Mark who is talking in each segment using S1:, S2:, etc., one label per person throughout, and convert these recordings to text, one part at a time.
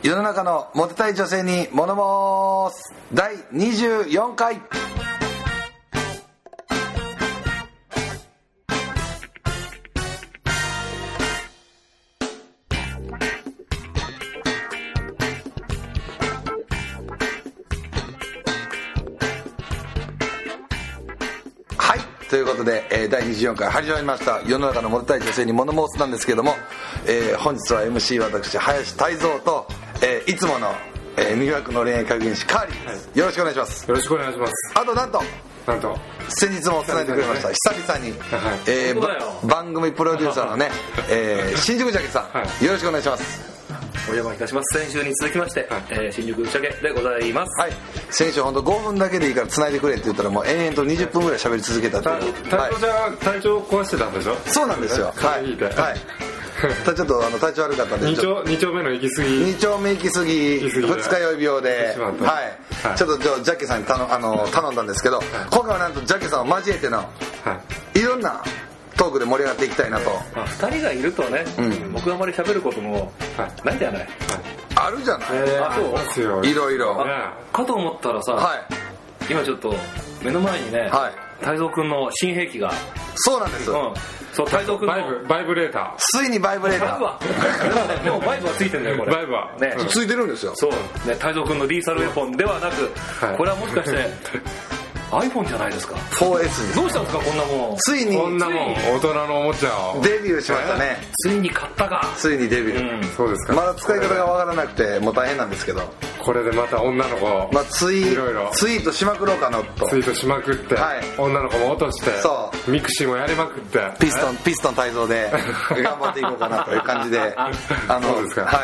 S1: 世の中のモテたい女性に物申す第24回はいということで、えー第24回始まりました世の中のモテたい女性に物申すなんですけども、えー本日は MC 私林泰造と、えーいつもの、えー、魅惑の恋愛確認士カーリーですよろしくお願いします
S2: よろしくお願いします。
S1: あとなんと
S2: なんと、
S1: 先日も伝えてくれました久々に、
S2: はい
S1: えー
S3: 本当だよ
S1: ば番組プロデューサーのね、えー新宿ジャケさん、
S2: は
S1: よろしくお願いします
S3: お邪魔いたします先週に続きまして、
S2: はい
S3: えー新宿打ち上げでございます、
S1: はい先週本当5分だけでいいから繋いでくれって言ったらもう延々と20分ぐらい喋り続けたと
S2: た
S1: いうは
S2: 体
S1: い
S2: 調じゃ、体調壊してたんでしょ
S1: そうなんですよは
S2: 風邪
S1: い、
S2: ひいて。
S1: はい、たちょっとあの体調悪かったんで
S2: 二
S1: ちょっと
S2: 丁、二丁目の行き過ぎ。
S1: 二丁目行き過ぎ
S2: 行き過ぎ
S1: 二日酔い病
S2: 行っ
S1: で
S2: てしまった
S1: はい、
S2: はい
S1: ちょっとじゃあジャッケさんに頼あの頼んだんですけど、今回はなんとジャッケさんを交えての
S2: はい
S1: ろんなトークで盛り上がっていきたいなと
S3: まあ、2人がいるとね、
S1: うん
S3: 僕あまり喋ることも
S2: はい。
S3: ないじゃない、
S1: あるじゃない
S2: え
S1: い
S2: ー
S3: あそう
S2: りますよ。
S1: いろいろ
S2: ね
S1: は
S3: かと思ったらさ、
S1: い
S3: 今ちょっと目の前にね、
S1: はい
S3: 太蔵君の新兵器が、
S1: そうなんです、
S3: うん、そう太蔵君の
S2: バイブ、バイブレータ
S1: ついにバイブレー
S3: バイ
S1: タ
S3: ブはでもバイブはついてんだよこれ
S2: バイブは
S3: ね、
S2: う
S1: ーついてるんですよ
S3: そうね太蔵君のリーサルウェポンではなく、
S2: はい
S3: これはもしかして iPhone じゃないですか
S1: 4S です
S3: どうしたんですかこんなもん
S1: つい
S2: ー。
S1: に
S2: こんなもん、大人のおもちゃを。
S1: デビューしましたね
S3: ついに買ったか
S1: ついにデビュ
S3: う
S1: ー、
S3: ん
S2: そうですか。
S1: まだ使い方がわからなくてもう大変なんですけど、
S2: これでまた女の子を
S1: まあ、ツイ
S2: いろいろ
S1: ツイートしまくろうかなと
S2: ツイートしまくって
S1: はい、
S2: 女の子も落として
S1: そ、
S2: ミクシーもやりまくって。
S1: ピストンピストン体操 で頑張っていこうかなという感じであ
S2: そうですか
S1: は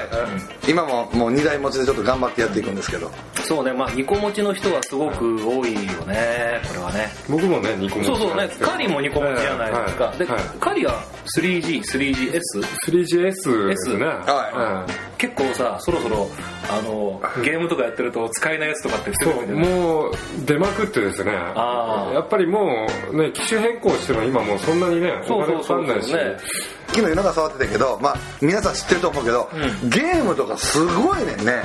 S1: い、今ももう2台持ちでちょっと頑張ってやっていくんですけど
S3: そうね、まあ、2個持ちの人はすごく多いよね、これはね。
S2: 僕もね、2個持ち
S3: そうそう
S2: なん
S3: ね
S2: です、けど
S3: カリも2個持ちじゃないですか。
S2: は
S3: で、
S2: はい
S3: カリは 3G、3GS。
S2: 3GS ですね。
S1: は
S3: 結構さ、そろそろ、あの、ゲームとかやってると使えないやつとかってす
S2: そ、
S3: ごいうんだよね
S2: もう出まくってですね。
S3: あー
S2: やっぱりもう、ね、機種変更しても今もうそんなにね、
S3: そ
S2: お
S3: うそ
S2: 金
S3: う
S2: かか
S3: そ
S2: ん
S3: う
S2: ない
S3: そ
S2: し
S3: う、ね。
S1: 昨日夜中触ってたけど、まあ、皆さん知ってると思うけど、
S3: う
S1: ゲームとかすごいねんね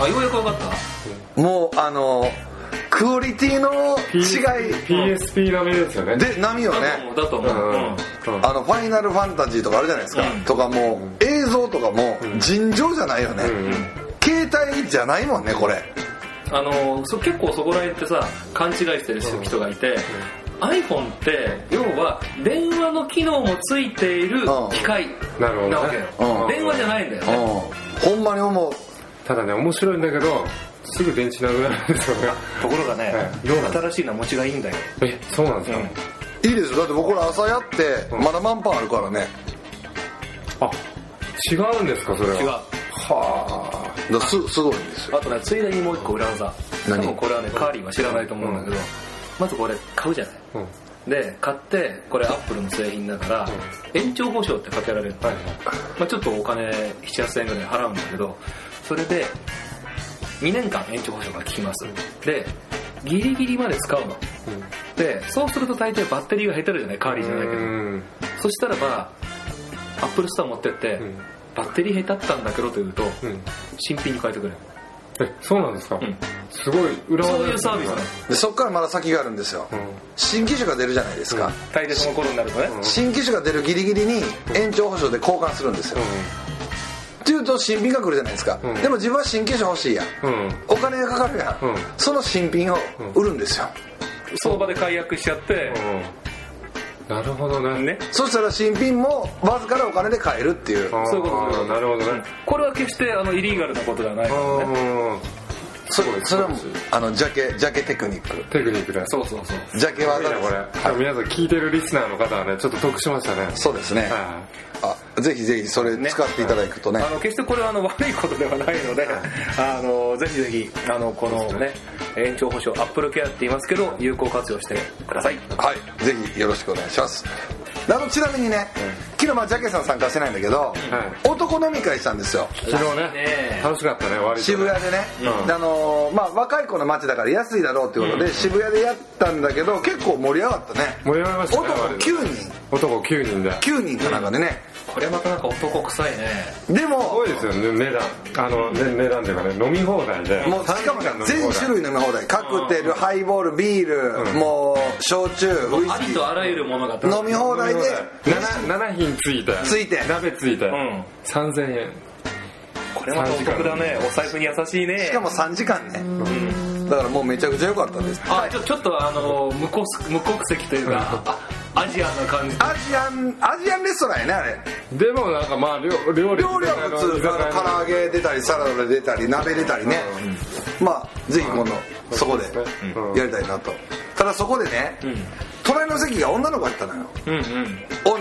S3: あ、ようやく分かった。
S1: もうあのクオリティの
S2: P-
S1: 違い
S2: PSP 並みですよね。
S1: で波を
S3: だと
S1: ね
S3: 思う、だと
S2: う
S3: 思
S2: んう
S3: う。うんん。
S1: あのファイナルファンタジーとかあるじゃないですか、
S3: うん
S1: とかもう映像とかも尋常じゃないよね、
S2: うんうん
S1: 携帯じゃないもんねこれ
S3: あのそ結構そこら辺ってさ勘違いしてる人がいて、iPhone って要は電話の機能もついている
S1: うん
S3: 機械
S2: なるほどね
S3: なわけよ、
S1: うん
S3: 電話じゃないんだよ
S1: うん
S3: ね、
S1: ほんまに思う
S2: ただね、面白いんだけど、すぐ電池なくなるんですよね。
S3: ところがね、
S2: はい
S3: 新しいのは持ちがいいんだよ、
S2: え、そうなんです
S3: う
S2: か、
S3: ん
S1: いいですよだって僕ら朝やって
S2: うん
S1: まだ満パンあるからね
S2: あ、違うんですか、それは。
S3: 違う
S2: はあ。
S1: だすすごいんですよ
S3: あとねついでにもう一個裏技多
S1: 何
S3: 分これはねカーリーは知らないと思うんだけど、まずこれ買うじゃない
S2: うん。は
S3: で買ってこれアップルの製品だから、延長保証ってかけられる、
S2: いはい。
S3: まあ、ちょっとお金78000円ぐらい払うんだけどそれで2年間延長保証が効きますでギリギリまで使うのでそうすると大抵バッテリーが減ってるじゃないカーリーじゃないけ
S2: う
S3: ど
S2: ん。
S3: そしたらばアップルストア持ってって、
S2: うん
S3: バッテリー下手ったんだけどと言うと
S2: うん。
S3: 新品に変えてくれる、
S2: え、そうなんですか、
S3: うん
S2: すごい、裏
S3: そ
S2: 技
S3: ういうサービスなの
S1: でそっからまだ先があるんですよ
S2: うん。
S1: 新機種が出るじゃないですか、
S3: 大抵その頃になるとね、
S1: 新機種が出るギリギリに延長保証で交換するんですよ、っていうと新品が来るじゃないですか、
S2: うん
S1: でも自分は新機種欲しいやん
S2: うん。うん。
S1: お金がかかるやん、
S2: うん
S1: その新品を売るんですよ、
S3: 相場で解約しちゃって、
S2: うんなるほどね。
S3: ね
S1: そしたら新品もわずかなお金で買えるっていう
S2: あー
S3: そういうことそういうこと
S2: なるほどね。
S3: これは決してあのイリーガルなことではないからね
S2: あ
S1: そ
S2: そうです
S1: それはもう
S2: そうで
S1: あのジャケジャケテクニック
S2: ーテクニックだ。
S3: そうそうそう
S1: ジャケ技
S2: い
S1: で
S2: や
S1: す
S2: これ、皆さん聞いてるリスナーの方はねちょっと得しましたね
S1: そうですね、
S2: は
S1: あぜひぜひそれ使っていただくとね
S3: あの決してこれはあの悪いことではないので、あのぜひぜひあのこのね延長保証アップルケアって言いますけど有効活用してください。
S1: はいぜひよろしくお願いしますあのちなみにね、昨日まあジャケさん参加してないんだけど、男飲み会したんですよ
S2: い、昨日ね
S3: ね
S2: 楽しかったね割と
S1: 渋谷でね、
S2: うん
S1: であのーまあ、若い子の街だから安いだろうってことで、渋谷でやったんだけど結構盛り上がったね
S2: 盛り上がりましたね
S1: 男9人
S2: 男9人で
S1: 9人かなんかでね、
S3: これまたなんか男臭いね
S1: で
S2: す
S1: も
S2: ごいですよね値段あの、ね値段というかね飲み放題で
S1: もうしかも
S2: 3時間飲み放題
S1: 全種類飲み放題カクテルハイボールビール
S2: うん
S1: もう焼酎ウイ
S3: あ
S1: ス
S3: り
S1: キ
S3: とあらゆるものが
S1: ー飲み放題で
S2: 7, 7品ついて
S1: ついて
S2: 鍋ついて、
S3: ん
S2: 3000円
S3: これまたお得だねお財布に優しいね
S1: しかも3時間ね
S3: うん
S1: だからもうめちゃくちゃ良かったです
S3: あちょちょっとあの無国無国籍というかあアジアンな感じ
S1: アジアンアジアンレストランやねあれ
S2: でもなんかまあ料料理
S1: 料理は普通
S2: 居酒屋の
S1: 唐揚げ出たりサラダ出たり鍋出たりね、まあぜひ今度そこで
S2: うん
S1: やりたいなとただそこでね、
S3: ん
S1: 隣の席が女の子やったのよ
S3: うんうん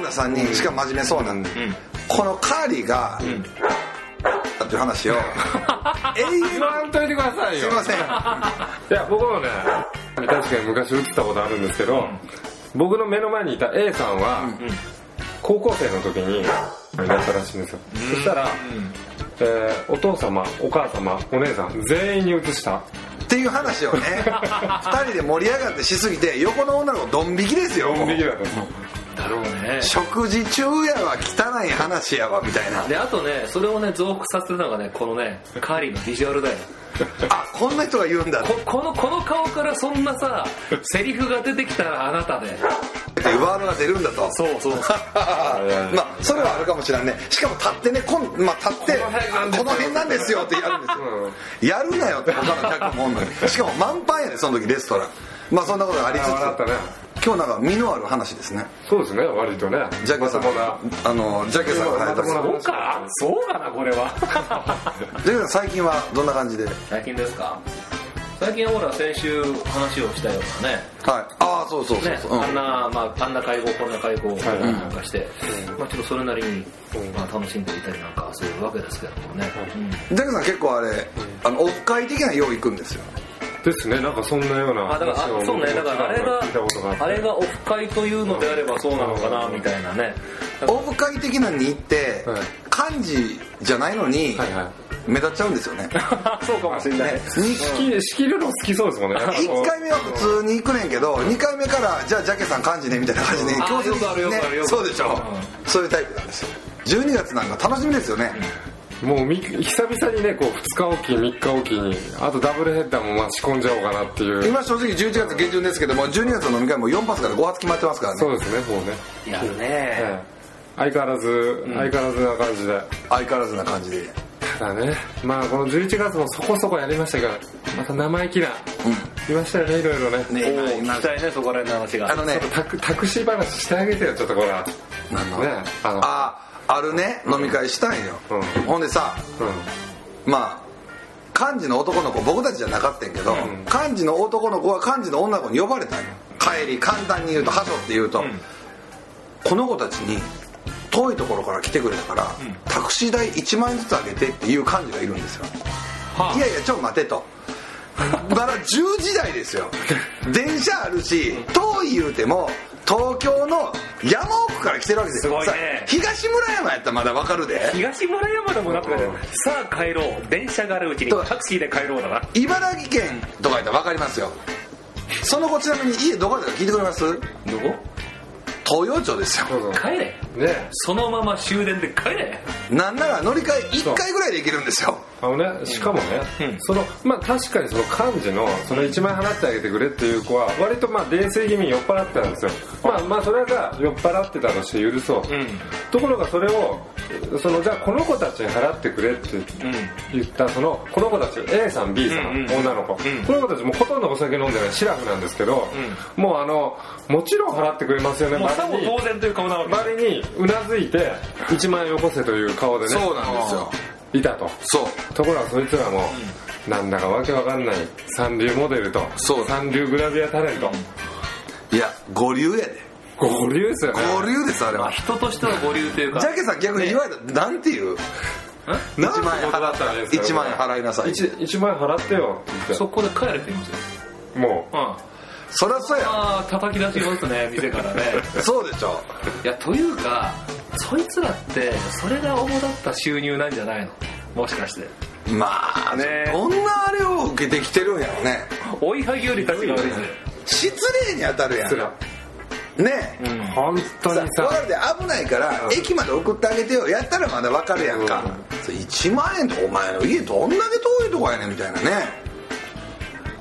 S1: 女さんにしかも真面目そうなんで、
S3: ん
S1: このカーリーが、っていう 話を永遠
S2: 言わんといてください
S1: す
S2: よ
S1: いません
S2: いや僕もね確かに昔映ったことあるんですけど、僕の目の前にいた A さんは、高校生の時になったらしいんですよ、そしたら、えーお父様お母様お姉さん全員に移した
S1: っていう話をね二人で盛り上がってしすぎて横の女の子ドン引きですよ
S2: 4匹だったんですよ
S3: だろうね
S1: 食事中やわ汚い話やわみたいな
S3: であとねそれをね増幅させるのがねこのねカーリーのビジュアルだよ
S1: あこんな人が言うんだって
S3: ここのこの顔からそんなさセリフが出てきたらあなたで
S1: ワードが出るんだ と
S3: そうそう
S2: いはい
S1: まあそれはあるかもしれないねしかも立ってねこん、まあ、立ってこ
S2: こ
S1: の
S2: の
S1: 辺
S2: 辺
S1: な
S2: なんん
S1: で
S2: です
S1: よってやるんですよ、
S2: うん
S1: やるなよって他の客もおんのにしかも満杯やねその時レストランまあそんなことがありつ
S2: あ笑ったね
S1: つ今日なんか身のある話ですね
S2: そうですね割とね
S1: ジャケさん
S2: まともな
S1: あのジャケさんが入ったジ
S3: そうかそうかなこれは
S1: ャケさん最近はどんな感じではい
S3: 最近ですか最近はほら先週話をしたようなね
S1: ああそうそうそう
S3: ね
S1: そう、うん
S3: あんな、まあ、あんな会合こんな会合
S2: いはい
S3: なんかして、まあ、ちょっとそれなりに、まあ、楽しんでいたりなんかするわけですけどもね、うん
S1: ジャケさん結構あれあのオフ会的な用行くんですよ
S2: ですねなんかそんなような
S3: あだからあそうねだからあれ
S2: 聞いたことがあって
S3: があれがオフ会というのであればそうなのかなみたいなね
S1: オフ会的なのに行って、
S2: はい
S1: 漢字じゃないのに、
S2: はいはい
S1: 目立っちゃうんですよ ね
S3: そうかもしれ
S1: ねに
S2: 仕仕切るの好きそうですもんね
S1: 1回目は普通に行くねんけど2回目からじゃあジャケさん漢字ねみたいな感じで
S3: う
S1: 強
S3: ん
S1: 制的
S3: あー
S1: に
S3: よくあるよくある
S1: ね
S3: よくあ
S1: そ
S3: る
S1: うでしょそういうタイプなんですよ12月なんか楽しみですよね
S2: もうみ久々にねこう2日おき3日おきにあとダブルヘッダーもまあ仕込んじゃおうかなっていう
S1: 今正直11月下旬ですけども12月の飲み会も4発から5発決まってますから
S2: そ
S1: ね
S2: うですねもうね、
S3: やる
S2: え
S3: ね
S2: え相変わらず、相変わらずな感じで
S1: 相変わらずな感じで
S2: ただねまあこの11月もそこそこやりましたからまた生意気な、いましたよねいろいろね
S1: ね今
S3: おお聞きたいねそこら辺の話
S1: あ
S3: が
S1: のね
S2: タクタクシー話してあげてよちょっとこれはね
S1: なんの
S2: あの
S1: ああるね飲み会したんよ
S2: うん
S1: ほんでさ
S2: う
S1: まあ漢字の男の子僕たちじゃなかったんやけど、漢字の男の子は漢字の女の子に呼ばれたんよ帰り簡単に言うと「はしょ」って言うと、この子たちに遠いところから来てくれたから、タクシー代1万円ずつあげてっていう漢字がいるんですよ、
S3: はい
S1: やいやちょっと待て とまだ10時台ですよ電車あるし遠い言うても東京の山奥から来てるわけですよ
S3: すごいね
S1: さ東村山やったらまだわかるで
S3: 東村山でもなくてさあ帰ろう電車があるうちに
S1: と
S3: タクシーで帰ろうだな
S1: 茨城県とかやったら分かりますよその子ちなみに家どこだか聞いてくれます
S3: どこ
S1: 東洋町ですよ
S2: んうん
S3: 帰れ
S2: ね
S3: そのまま終電で帰れ
S1: なんなら乗り換え1回ぐらいで行けるんですよ
S2: あのねしかもね、
S3: うん
S2: そのまあ確かにその漢字のその1万円払ってあげてくれっていう子は割とまあ冷静気味に酔っ払ってたんですよまあまあそれが酔っ払ってたとして許そう、
S3: ん
S2: ところがそれをそのじゃあこの子たちに払ってくれって言ったそのこの子たち A さん B さん、
S3: うんうん
S2: 女の子、
S3: うん
S2: この子たちもうほとんどお酒飲んでないシラフなんですけど、もうあのもちろん払ってくれますよね
S3: もう
S2: 周
S3: さも
S2: りに
S3: 当然という顔なわけ
S2: 周りにうなずいて1万円よこせという顔でね
S1: そうなんですよ
S2: いたと
S1: そう
S2: ところがそいつらも、なんだかわけわかんない三流モデルと
S1: そうだ
S2: 三流グラビアタレント
S1: いや五流やで
S2: 五流ですよね
S1: 五流ですあれ
S3: まあ
S1: は
S3: 人としての保留というか
S1: ジャケさん逆に言われたらなんていう1
S2: なんて
S1: 万円
S2: ことだ
S1: 払っ
S2: ったた
S1: ら
S2: らいいです
S1: 1
S2: か
S1: 万円払いなさい
S2: 1, 万円払ってよって言
S3: そこで帰れって言いますよ
S2: っても
S3: うん
S1: そりゃそうや
S3: ああ叩き出します ね店からね
S1: そうでしょ
S3: いやというかそいつらってそれが主だった収入なんじゃないのもしかして
S1: まあね
S3: ね
S1: どんなあれを受けてきてるんやろね
S3: 追いはぎより立ちが悪いぜ
S1: 失礼に当たるや
S2: うんつら
S1: ねえ
S2: 本当に
S1: 分か
S2: さ
S1: るで危ないから駅まで送ってあげてよやったらまだ分かるやんか、それ1万円とお前の家どんだけ遠いとこやねんみたいなね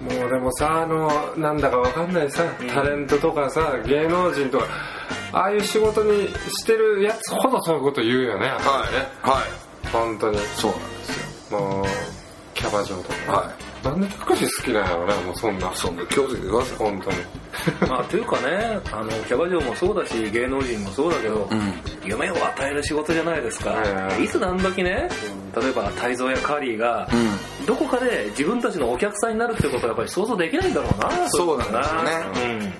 S2: もうでもさあのなんだかわかんないさタレントとかさ芸能人とかああいう仕事にしてるやつほどそういうこと言うよね
S1: はい
S2: 本当に
S1: そうなんですよ
S2: もうキャバ嬢とか、
S1: は
S2: なんで高橋好きなんやろねもうそんな
S1: そんな気をつけてください
S2: 本 当に
S3: まあ、というかねあのキャバ嬢もそうだし芸能人もそうだけど、夢を与える仕事じゃないですか、
S2: うん
S3: いつ何時ね例えば泰造やカーリーが、どこかで自分たちのお客さんになるってことはやっぱり想像できないんだろうな
S1: そう
S3: い
S1: なん
S3: ことな
S1: です
S3: うん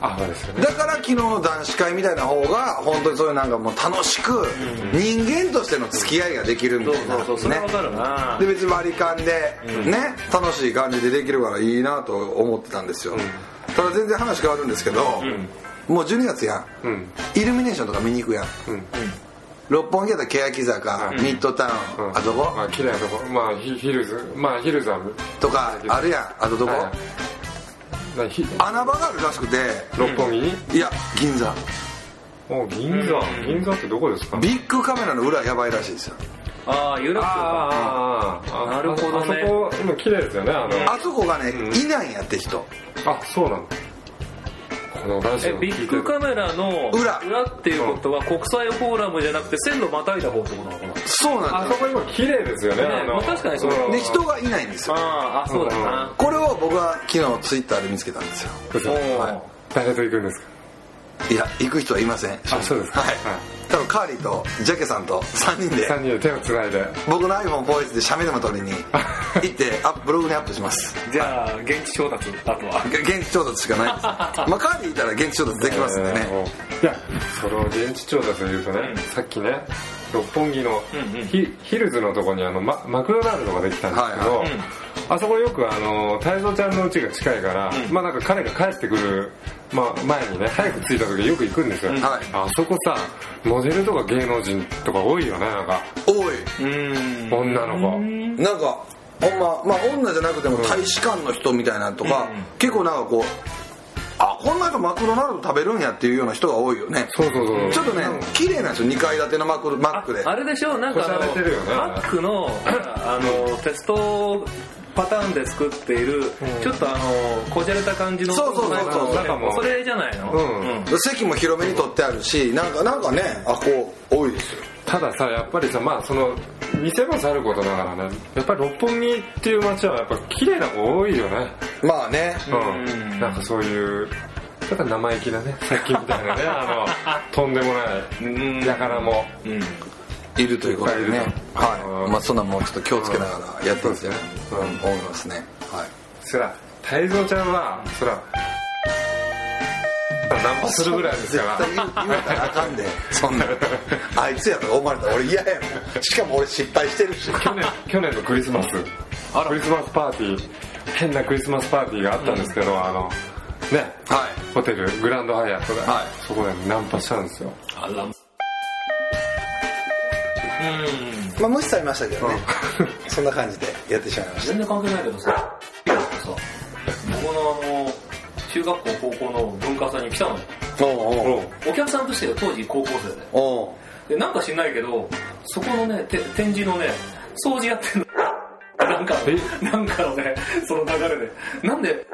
S2: アホですよね
S1: だから昨日の男子会みたいな方が本当にそういうなんかもう楽しく人間としての付き合いができるみ
S3: そう
S1: たいな
S3: そうそうそれはわかるな、
S1: で別に割り勘でね楽しい感じでできるからいいなと思ってたんですよただ全然話変わるんですけどもう12月や
S2: うん
S1: んイルミネーションとか見に行くやん
S2: うん
S1: 六本木やったら欅坂ミッドタウ
S2: うん
S1: ンあそこ
S2: まあ綺麗なとこまあヒヒルズまあヒルズは
S1: とかあるやんあとどこ
S2: はいなひ
S1: 穴場があるらしくて
S2: 六本木に
S1: いや銀座
S2: お銀座銀座ってどこですか
S1: ビッグカメラの裏やばいらしいですよ
S3: ああ有楽町か
S2: あーあーあー
S3: なるほどね
S2: あそこも綺麗ですよねあの
S1: あそこがねいないんやって人
S2: あそうなのこのラジ
S3: え
S2: オ
S3: ビッグカメラの
S1: 裏
S3: っていうことは国際フォーラムじゃなくて線路またいだ方ってことなのかな、
S1: そうなん
S2: あ
S1: で
S2: そ
S1: すよ
S2: こ今綺麗ですよね
S3: ね
S2: あ
S3: ま
S2: の
S3: あ確かにそうん
S1: で人がいないんですよ
S3: ああそうだな、
S1: これを僕は昨日ツイッターで見つけたんですよ
S2: 嘘
S3: おー
S2: はい誰と行くんですか
S1: いや行く人はいません
S2: あそうですか
S1: はい
S2: はい
S1: 多分カーリーとジャケさんと3人で
S2: 3人で手をつないで
S1: 僕の iPhone ポイズで写メでも撮りに行ってアップブログにアップします
S3: じゃあ現地調達あとは
S1: げ現地調達しかない ですまあカーリーいたら現地調達できますんで
S2: えーも
S1: ね
S2: ういやそれを現地調達で言うとね、
S3: うん
S2: さっきね六本木の
S3: うんうん
S2: ヒヒルズのとこにあのママクドナルドができたんですけど、
S3: はいはいうん
S2: あそこよくあの太蔵ちゃんの家が近いから、まあなんか彼が帰ってくる、まあ、前にね早く着いた時よく行くんですよ、
S1: んはい
S2: あそこさモデルとか芸能人とか多いよねなんか
S1: おい
S3: うん
S2: 女の子、
S1: なんかほんま、まあ、女じゃなくても大使館の人みたいなのとか、結構なんかこうあこんな人マクドナルド食べるんやっていうような人が多いよね
S2: そうそうそう
S1: ちょっとね綺麗なんですよ2階建てのマクドマックで
S3: ああれでしょなんかあの
S2: こしゃれてるよね
S3: マックのあのテストパターンで作っている、ちょっとあのこじゃれた感じの
S1: そうそうそうそう
S3: なんかもそれじゃないの
S2: うん
S1: 席も広めに取ってあるしなんかなんかねあこう多いですよ
S2: たださやっぱりさまあその店もさることながらねやっぱり六本木っていう街はやっぱ綺麗な子多いよね
S1: まあね
S2: うん、なんかそういうただ生意気なねさっきみた いなねあのとんでも
S3: う
S2: なんいやからも
S3: うん
S1: いるということでね
S2: いっぱいいる
S1: は
S2: う
S1: い
S2: ん
S1: まあそんなんもうちょっと気をつけながらやってるんですよね
S2: うん
S1: うん思いますねはい
S2: そら太蔵ちゃんはそらナンパするぐらいですから
S1: 絶対言うたらあかんでそんなあいつやとか思われたら俺嫌やもんしかも俺失敗してるし
S2: 去年去年のクリスマス
S3: あら
S2: クリスマスパーティー変なクリスマスパーティーがあったんですけど、あのね
S1: はい
S2: ホテルグランドハイアットで、
S1: はい
S2: そこでナンパしたんですよ
S3: あらうん
S1: まあ無視されましたけどねそんな感じでやってしまいまし
S3: 全然関係ないけどささここのあの中学校高校の文化祭に来たのよ
S1: たおう
S3: お客さんとしては当時高校生で
S1: おうおう
S3: でなんか知んないけどそこのねて展示のね掃除やってんの なんか
S2: え
S3: なんかのねその流れでなんで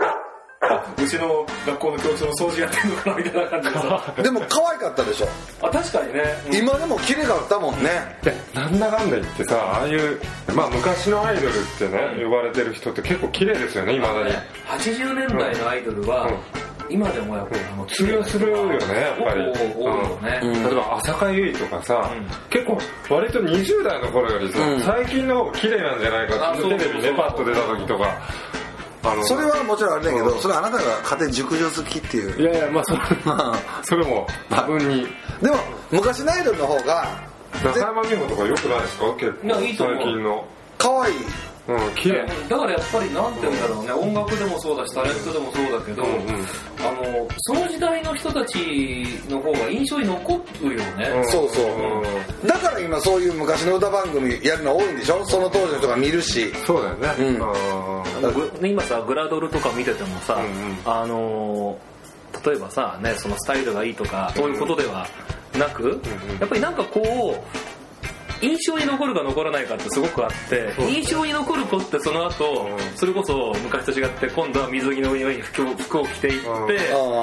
S3: あうちの学校の教室の掃除やってんのかなみたいな感じで さ
S1: でも可愛かったでしょ
S3: あ確かにね、うん
S1: 今でも綺麗だったもんね
S2: でなんだかんだ言ってさああいう、まあ、昔のアイドルってね呼ばれてる人って結構綺麗ですよねいまだに
S3: 80年代のアイドルは、
S2: うん
S3: 今でもやっぱりあの
S2: 通用するよねやっぱり
S3: すごく多いよね、
S2: うん例えば浅香唯とかさ、
S3: うん
S2: 結構割と20代の頃よりさ、
S1: うん
S2: 最近の方が綺麗なんじゃないか
S3: あ
S2: って
S3: そう
S2: テレビねパッと出た時とかあの
S1: それはもちろんあれだけどそれはあなたが家庭熟女好きっていう
S2: いやいやまあそれ
S1: まあ
S2: それも多分に
S1: でも昔のアイドルの方が
S2: 中山美穂とかよくないですか結
S3: いや
S2: 構
S3: いいと思う
S2: 最近の
S1: 可愛い
S2: うん綺麗
S3: だからやっぱりなんて言うんだろうね、音楽でもそうだしタレントでもそうだけど、
S2: うんうん
S3: あのその時代の人たちの方が印象に残るよね、
S2: ん
S1: そうそう
S2: う
S1: だから今そういう昔の歌番組やるの多いんでしょその当時の人が見るし
S2: そうだよね
S1: うん
S2: あー
S3: あのぐ今さグラドルとか見てても
S2: う
S3: さ、
S2: んうん
S3: あのー例えばさ、ね、そのスタイルがいいとかそういうことではなく、やっぱりなんかこう印象に残るか残らないかってすごくあって印象に残る子ってその後、それこそ昔と違って今度は水着の上に服を服を着ていって、
S1: うんあ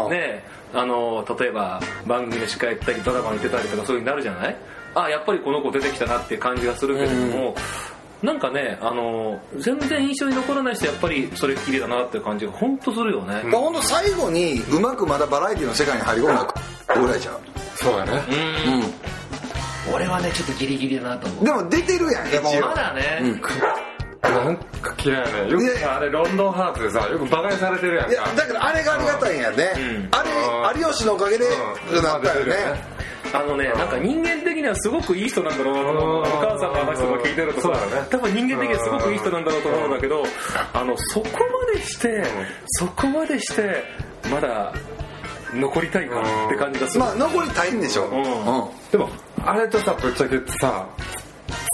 S1: ー
S3: ね、あの例えば番組の司会やったりドラマに出たりとかそういうになるじゃないあやっぱりこの子出てきたなっていう感じがするけれども、なんかねあの全然印象に残らない人やっぱりそれっきりだなっていう感じが本当するよね、
S1: まあ、本当最後にうまくまだバラエティの世界に入り込んだぐらいじゃん、
S2: そうだね
S1: う
S3: 俺はねちょっとギリギリだなと思
S1: ん、でも出てるやん一
S3: う
S1: 応
S3: まだね、
S1: うん
S2: なんか嫌いやねよく
S1: いや
S2: さあれロンドンハーツでさよく馬鹿にされてるやん
S1: いや
S2: か
S1: だからあれがありがたいんやね、
S3: ん
S1: あれ有吉のおかげで
S2: うん
S1: なったよね、
S3: あのね、なんか人間的にはすごくいい人なんだろうなと思う。お母さんの話とか聞いてると
S2: そ
S3: さ
S2: うだね、
S3: 多分人間的にはすごくいい人なんだろうと思うんだけど、あの、そこまでして、そこまでして、まだ残りたいかなって感じがする
S1: ま。あ残り大変でしょ、
S3: ん
S1: う
S2: でもあれとさぶっちゃけさ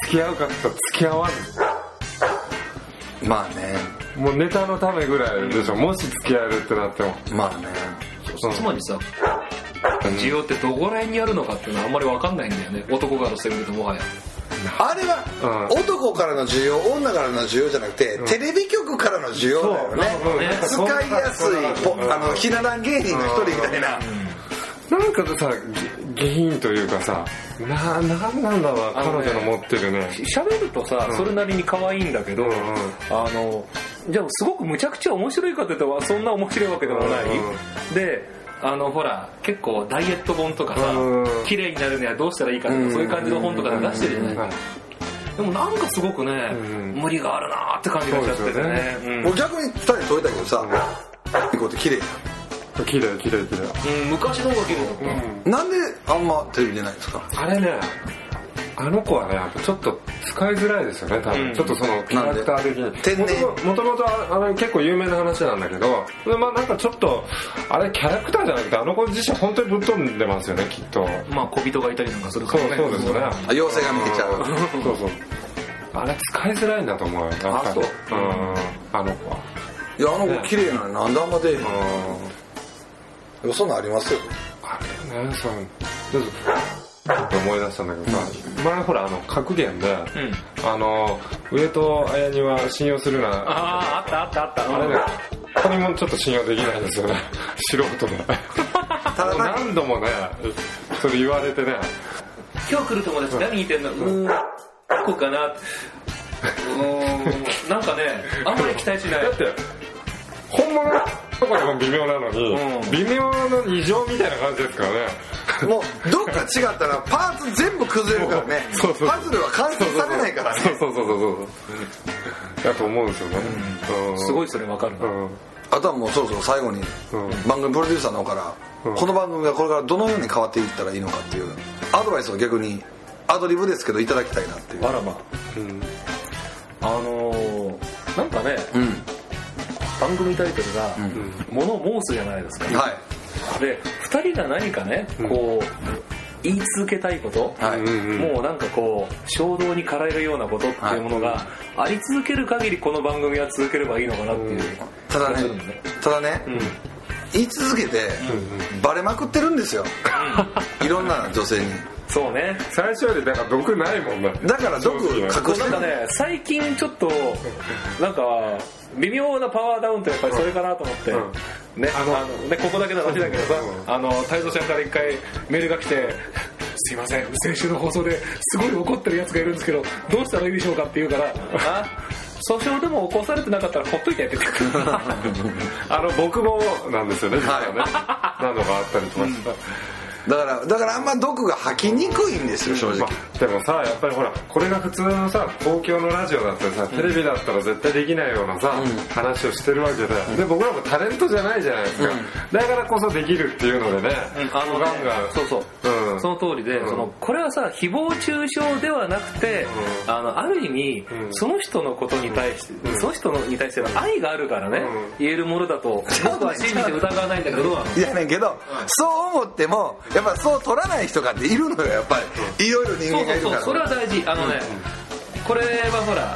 S2: 付き合うかって言ったら付き合わん
S1: ん、まあね
S2: もうネタのためぐらいでしょもし付き合えるってなっても
S1: まあね
S3: つまりさ、需要ってどこら辺にあるのかっていうのはあんまりわかんないんだよね。男からしてみるともはや。
S1: あれは
S2: う
S1: 男からの需要女からの需要じゃなくて、テレビ局からの需要だよね
S2: そう
S3: ね
S1: 使いやすいぽあのひな壇芸人の一人みたいな、
S2: なんかさぎ下品というかさななんなんだろう
S3: あ
S2: 彼
S3: のね
S2: 女の持ってるね
S3: 喋るとさ、それなりに可愛いんだけど、
S2: うんうん
S3: あのじゃあすごくむちゃくちゃ面白いかというとそんな面白いわけでもない、
S2: う
S3: であのほら結構ダイエット本とかさ、
S2: うん
S3: 綺麗になるにはどうしたらいいかとか、そういう感じの本とかで出してるじゃない、
S2: うん
S3: でもなんかすごくね、
S2: うん
S3: 無理があるなーって感じがしちゃっててねうん
S1: 俺逆に二人撮りたいけどさ、いいこと綺麗や
S2: 綺麗綺麗綺麗
S3: うん昔の方が綺麗だった、
S1: んなんであんまテレビ出ないんですか
S2: あれねあの子はねやっぱちょっと使いづらいですよね多分、
S3: うん
S2: ちょっとそのキャラクター的に
S1: 天然
S2: もともとあの結構有名な話なんだけどまあなんかちょっとあれキャラクターじゃなくてあの子自身本当にぶっ飛んでますよねきっと
S3: まあ小人がいたりなんかするか
S2: そう
S3: らね
S2: そうですよね
S1: あ妖精が見えちゃう
S2: そうそうあれ使いづらいんだと思うよやっぱり
S1: あそう
S2: うんあの子はい
S1: やあの子綺麗なのになんであんま出えへんの
S2: うん
S1: でもそんなんありますよ
S2: あれよねそうちょっと思い出したんだけどさ、前ほらあの格言で、あの上戸彩には信用するな
S3: あああったあったあった
S2: あれね、これもちょっと信用できないですよね。 素人で。
S1: ただな
S2: 何度もね、それ言われてね、
S3: 今日来る友達何言ってんのうーんこうかなうーんなんかねあんまり期待しない
S2: だって、本物とかでも微妙なのに、
S3: うん
S2: 微妙の異常みたいな感じですからね。
S1: もうどっか違ったらパーツ全部崩れるからね
S2: そうそう
S1: パズルは完成されないからね
S2: そうそうそうそうそう。だと思うんですよね。うん
S3: すごいそれわかる
S2: う。
S3: なん
S1: あとはもうそろそろ最後に
S2: うん
S1: 番組プロデューサーの方から、この番組がこれからどのように変わっていったらいいのかっていうアドバイスを逆にアドリブですけどいただきたいなっていう
S3: あらま
S2: うん
S3: あのーなんかね
S1: うん
S3: 番組タイトルが
S1: ん
S3: 「物を申す」じゃないですか
S1: はい
S3: で2人が何かねこう言い続けたいこと
S1: はい、
S2: うんうん
S3: もうなんかこう衝動に駆られるようなことっていうものがあり続ける限りこの番組は続ければいいのかなっていう
S1: ただ
S3: そう
S1: ね
S3: ですね
S1: ただね、
S3: うん
S1: 言い続けて、バレまくってるんです よ、いろんな女性に
S3: そうね
S2: 最初よりなんか毒ないもんね。
S1: だから毒
S2: そ
S1: 隠
S2: うですね
S3: こう
S1: し
S3: なん
S1: て
S3: か
S1: る
S3: ね最近ちょっとなんか微妙なパワーダウンってやっぱりそれかなと思って、
S2: うん
S3: ねあのねここだけの話だけどさ、
S2: う
S3: あの太蔵ちゃんから一回メールが来て「すいません先週の放送ですごい怒ってるやつがいるんですけどどうしたらいいでしょうか」って言うから「あ訴訟でも起こされてなかったらほっといて」っ て言って
S2: あの、僕もなんですよね、実はね。 何度かあったりとかして。
S1: だからだからあんま毒が吐きにくいんですよ正直、
S2: まあ、でもさやっぱりほらこれが普通のさ公共のラジオだったりさテレビだったら絶対できないようなさ、話をしてるわけでで僕らもタレントじゃないじゃないですか、だからこそできるっていうのでね、
S3: あの
S2: ガンガン
S3: そうそう
S2: うん
S3: その通りで、
S2: うん
S3: そのこれはさ誹謗中傷ではなくて、
S2: うん
S3: あのある意味、
S2: うん
S3: その人のことに対して、
S2: ん
S3: その人のに対しての愛があるからね、
S2: うん
S3: 言えるものだと
S1: ちょっと
S3: 僕は信じて疑わないんだけどどうなの
S1: いやねんけど、そう思ってもやっぱそう取らない人がっているのよやっぱりいろいろ人
S3: そ
S1: 間
S3: う
S1: がいる
S3: そう
S1: か
S3: そ
S1: ら
S3: うそれは大事あのね、これはほら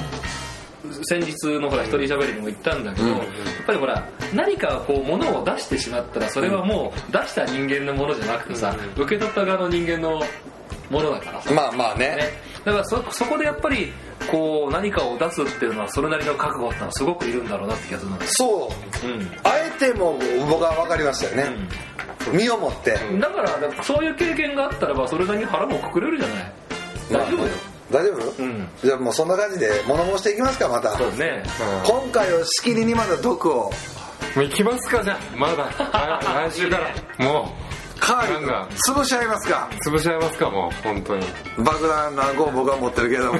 S3: 先日のほら一人喋りにも言ったんだけど、やっぱりほら何かこう物を出してしまったらそれはもう出した人間のものじゃなくてさ、受け取った側の人間のものだからさ、
S1: まあまあね
S3: ね、だからそそこでやっぱりこう何かを出すっていうのはそれなりの覚悟ってのはすごくいるんだろうなって気がするんです
S1: そうあえても僕は分かりましたよね、身をもって、
S3: うん、だからだからそういう経験があったらばそれなりに腹もくくれるじゃない
S1: まあ
S3: 大丈夫よ、
S1: 大丈夫、
S3: うん
S1: じゃあもうそんな感じで物申していきますかまた
S3: そうね
S1: 今回はしきりにまだ毒を
S2: もう行きますかじゃあまだ来来週からも
S1: カール
S2: な
S1: が
S2: んだ
S1: 潰し合いますか
S2: う潰し合いますかもう本当に
S1: 爆弾何個も僕は持ってるけど も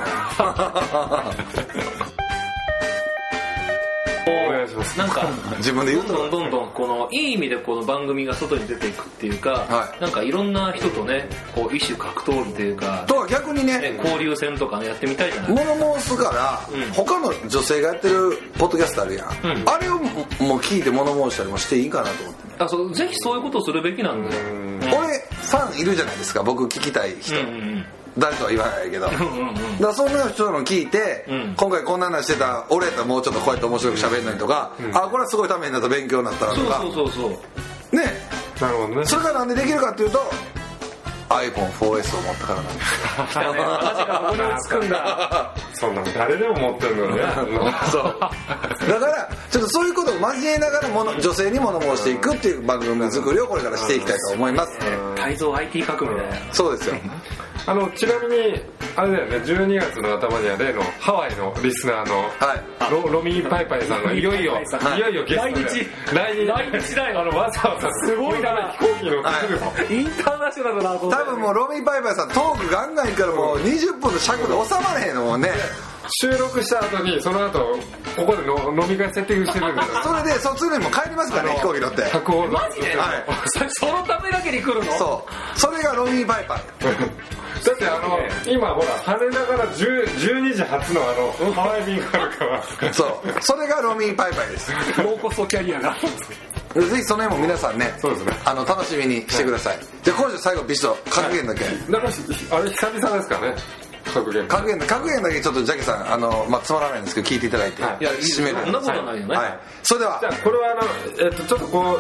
S2: お願いします
S3: なんか
S1: 自分で言
S3: ど
S1: うんと
S3: どんどんどんこのいい意味でこの番組が外に出ていくっていうか、
S1: はい
S3: なんかいろんな人とねこう異種格闘技というか、
S1: とは逆にね
S3: ね、交流戦とかねやってみたいじゃない
S1: 物申すから、
S3: うん
S1: 他の女性がやってるポッドキャストあるやん、
S3: うん
S1: あれをもう聞いて物申したりもしていいかなと思って、
S3: あそうぜひそういうことをするべきなんだ
S2: う
S3: よ
S2: ん
S3: うん
S1: 俺ファンいるじゃないですか僕聞きたい人、
S3: うんうん
S1: 誰とは言わないけど
S3: うんうんうん
S1: だからそんな人の聞いて、
S3: うん
S1: 今回こんな話してた俺やったらもうちょっとこうやって面白く喋んないとか、あこれはすごいためになった勉強になったなとか
S3: そうそうそうそう
S1: ね
S2: なるほどね
S1: それがなんでできるかっていうと iPhone4S を持ったからなんです
S3: 来たね話がここに落ち着くんだ
S2: そんなの誰でも持ってるのね
S1: そうだからちょっとそういうことを交えながらもの女性に物申していくっていう番組作りをこれからしていきたいと思います
S3: 改造 IT 革命だよ
S1: そうですよ
S2: あのちなみにあれだよね12月の頭には例のハワイのリスナーの
S1: はい
S2: ロロミーパイパイさんがいよいよ、
S3: ロミーパイパイさん
S2: い、よいよゲストで
S3: 来日
S2: 来日
S3: 来日だよ
S2: あのわざわざすごいな飛行機乗ってくるの
S3: インターナショナルだなこの
S1: 多分もうロビーパイパイさんトークガンガンいくからもう20分の尺で収まれへんのもんね
S2: 収録した後にその後ここでの飲み会セッティングしてるん ですよ
S1: それで卒業にも帰りますからね飛行機乗って
S2: 確保
S3: マジで、
S1: はい
S3: そそのためだけに来るの
S1: そうそれがロビーパイパイ
S2: だってあの今ほら羽田から10 12時発のあのハワイ便があ るから
S1: そうそれがロミーパイパイです
S3: ローコストキャリアが
S1: ぜひその辺も皆さんね
S2: そうですね
S1: あの楽しみにしてください、じゃあ今週最後ビシッと格言だけ、
S2: だからあれ久々ですかね格言
S1: 格言格言だけちょっとジャッキーさんあの、まあ、つまらないんですけど聞いていただいて、
S2: はい
S3: いやいいです
S1: 締める
S3: そんなことないよね、
S1: はい、それで
S2: じゃ
S1: は
S2: あこれはあの、えっと、ちょっとこ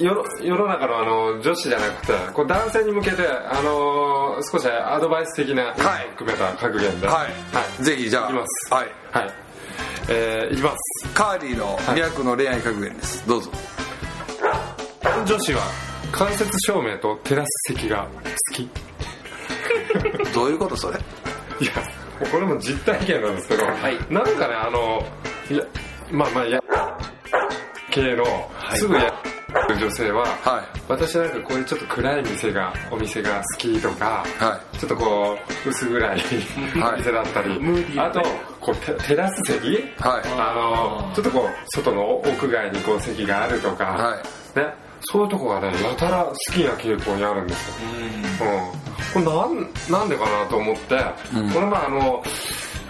S2: う世の世の中のあの女子じゃなくてこう男性に向けて、あの少しアドバイス的な、
S1: はい
S2: 含めた格言で
S1: は、
S2: はいはい
S1: ぜひじゃあ
S2: いきます
S1: はい、
S2: はいえー、いきます
S1: カーリーの「脈の恋愛格言」ですどうぞ
S2: 女子は間接照明とテラス席が好きい
S1: どういうことそれ
S2: やこれも実体験なんですけど、
S3: い
S2: なんかねあのいやまあまあや系のすぐやる女性は、
S1: はい
S2: 私はなんかこういうちょっと暗い店がお店が好きとか、
S1: は
S2: ちょっとこう薄暗い
S1: はい
S2: 店だったり、
S3: ムーディーな
S2: あと
S3: ね
S2: こうテテラス席
S1: はい
S2: あ
S3: あー
S2: のちょっとこう外の屋外にこう席があるとか、
S1: は
S2: ね、そういうとこがねやたら好きな傾向にあるんですようん、これなんなんでかなと思って、
S1: うん
S2: この前あの、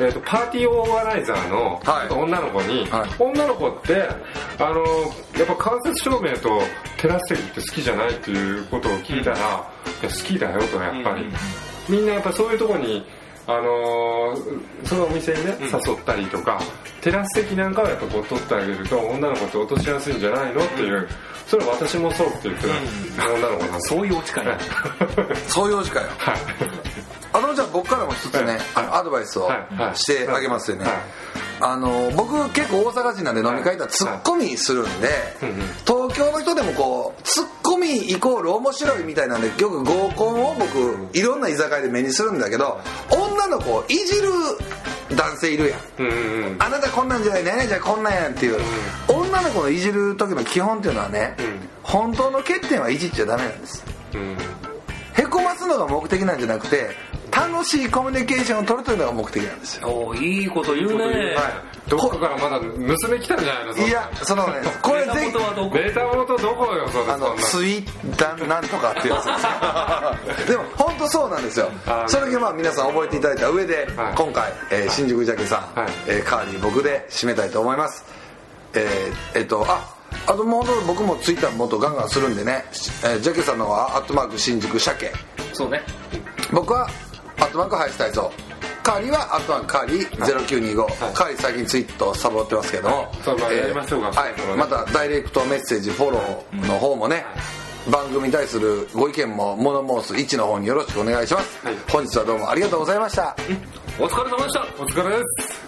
S2: えー、とパーティーオーガナイザーの
S1: はい
S2: ちょっと女の子に、
S1: はい
S2: 女の子ってあのやっぱ間接照明とテラス席って好きじゃないっていうことを聞いたら、いや好きだよとやっぱり、
S3: うん
S2: みんなやっぱそういうとこにあのーそのお店にね誘ったりとか、テラス席なんかはやっぱこう取ってあげると女の子って落としやすいんじゃないのっていう、それは私もそうっていうくらい女の子なんです
S3: そういうお 力
S2: はい
S1: いそういう時間よ
S2: はい
S1: あのじゃあ僕からも一つね、あのアドバイスを
S2: はいはい
S1: してあげますよね、
S2: はい
S1: あの僕結構大阪人なんで飲み会行ったらツッコミするんで、
S2: いうんうん
S1: 東京の人でもこうツッコミイコール面白いみたいなんでよく合コンを僕いろんな居酒屋で目にするんだけど女の子をいじる男性いるやん
S2: うんうんうん
S1: あなたこんなんじゃない何々じゃこんなんやんっていう、女の子のいじる時の基本っていうのはね、
S2: うん
S1: 本当の欠点はいじっちゃダメなんです
S2: うん
S1: へこますのが目的なんじゃなくて楽しいコミュニケーションを取るというのが目的なんですよ
S3: おーいいこと言うね
S1: はい
S2: どこからまだ盗め来たんじゃないのそんない
S1: やそ のねこれぜ
S3: こんな
S1: ひ
S3: ことはどこ
S2: メーター元どこよそ
S1: あ
S2: れそんな
S1: のツイッターなんとかってやつ ですでも本当そうなんですよ
S2: あー
S1: それだけまあ皆さん覚えていただいた上で、
S2: はい
S1: 今回、えー新宿ジャケさん、
S2: はい
S1: えーカーリー僕で締めたいと思いますえーえっとああともう本当僕もツイッターもっとガンガンするんでね、えージャケさんの方は「アットマーク新宿鮭
S3: そうね」
S1: 僕は「アットマーク林太蔵」カーリーはあとはカーリー0925、カーリー最近ツイートサボってますけども、
S2: そうまあやりましょうか
S1: はい
S2: そういうのね
S1: またダイレクトメッセージフォローの方もね、番組に対するご意見もモノモース1の方によろしくお願いします、
S2: はい
S1: 本日はどうもありがとうございました、
S3: お疲れ様でした
S2: お疲れです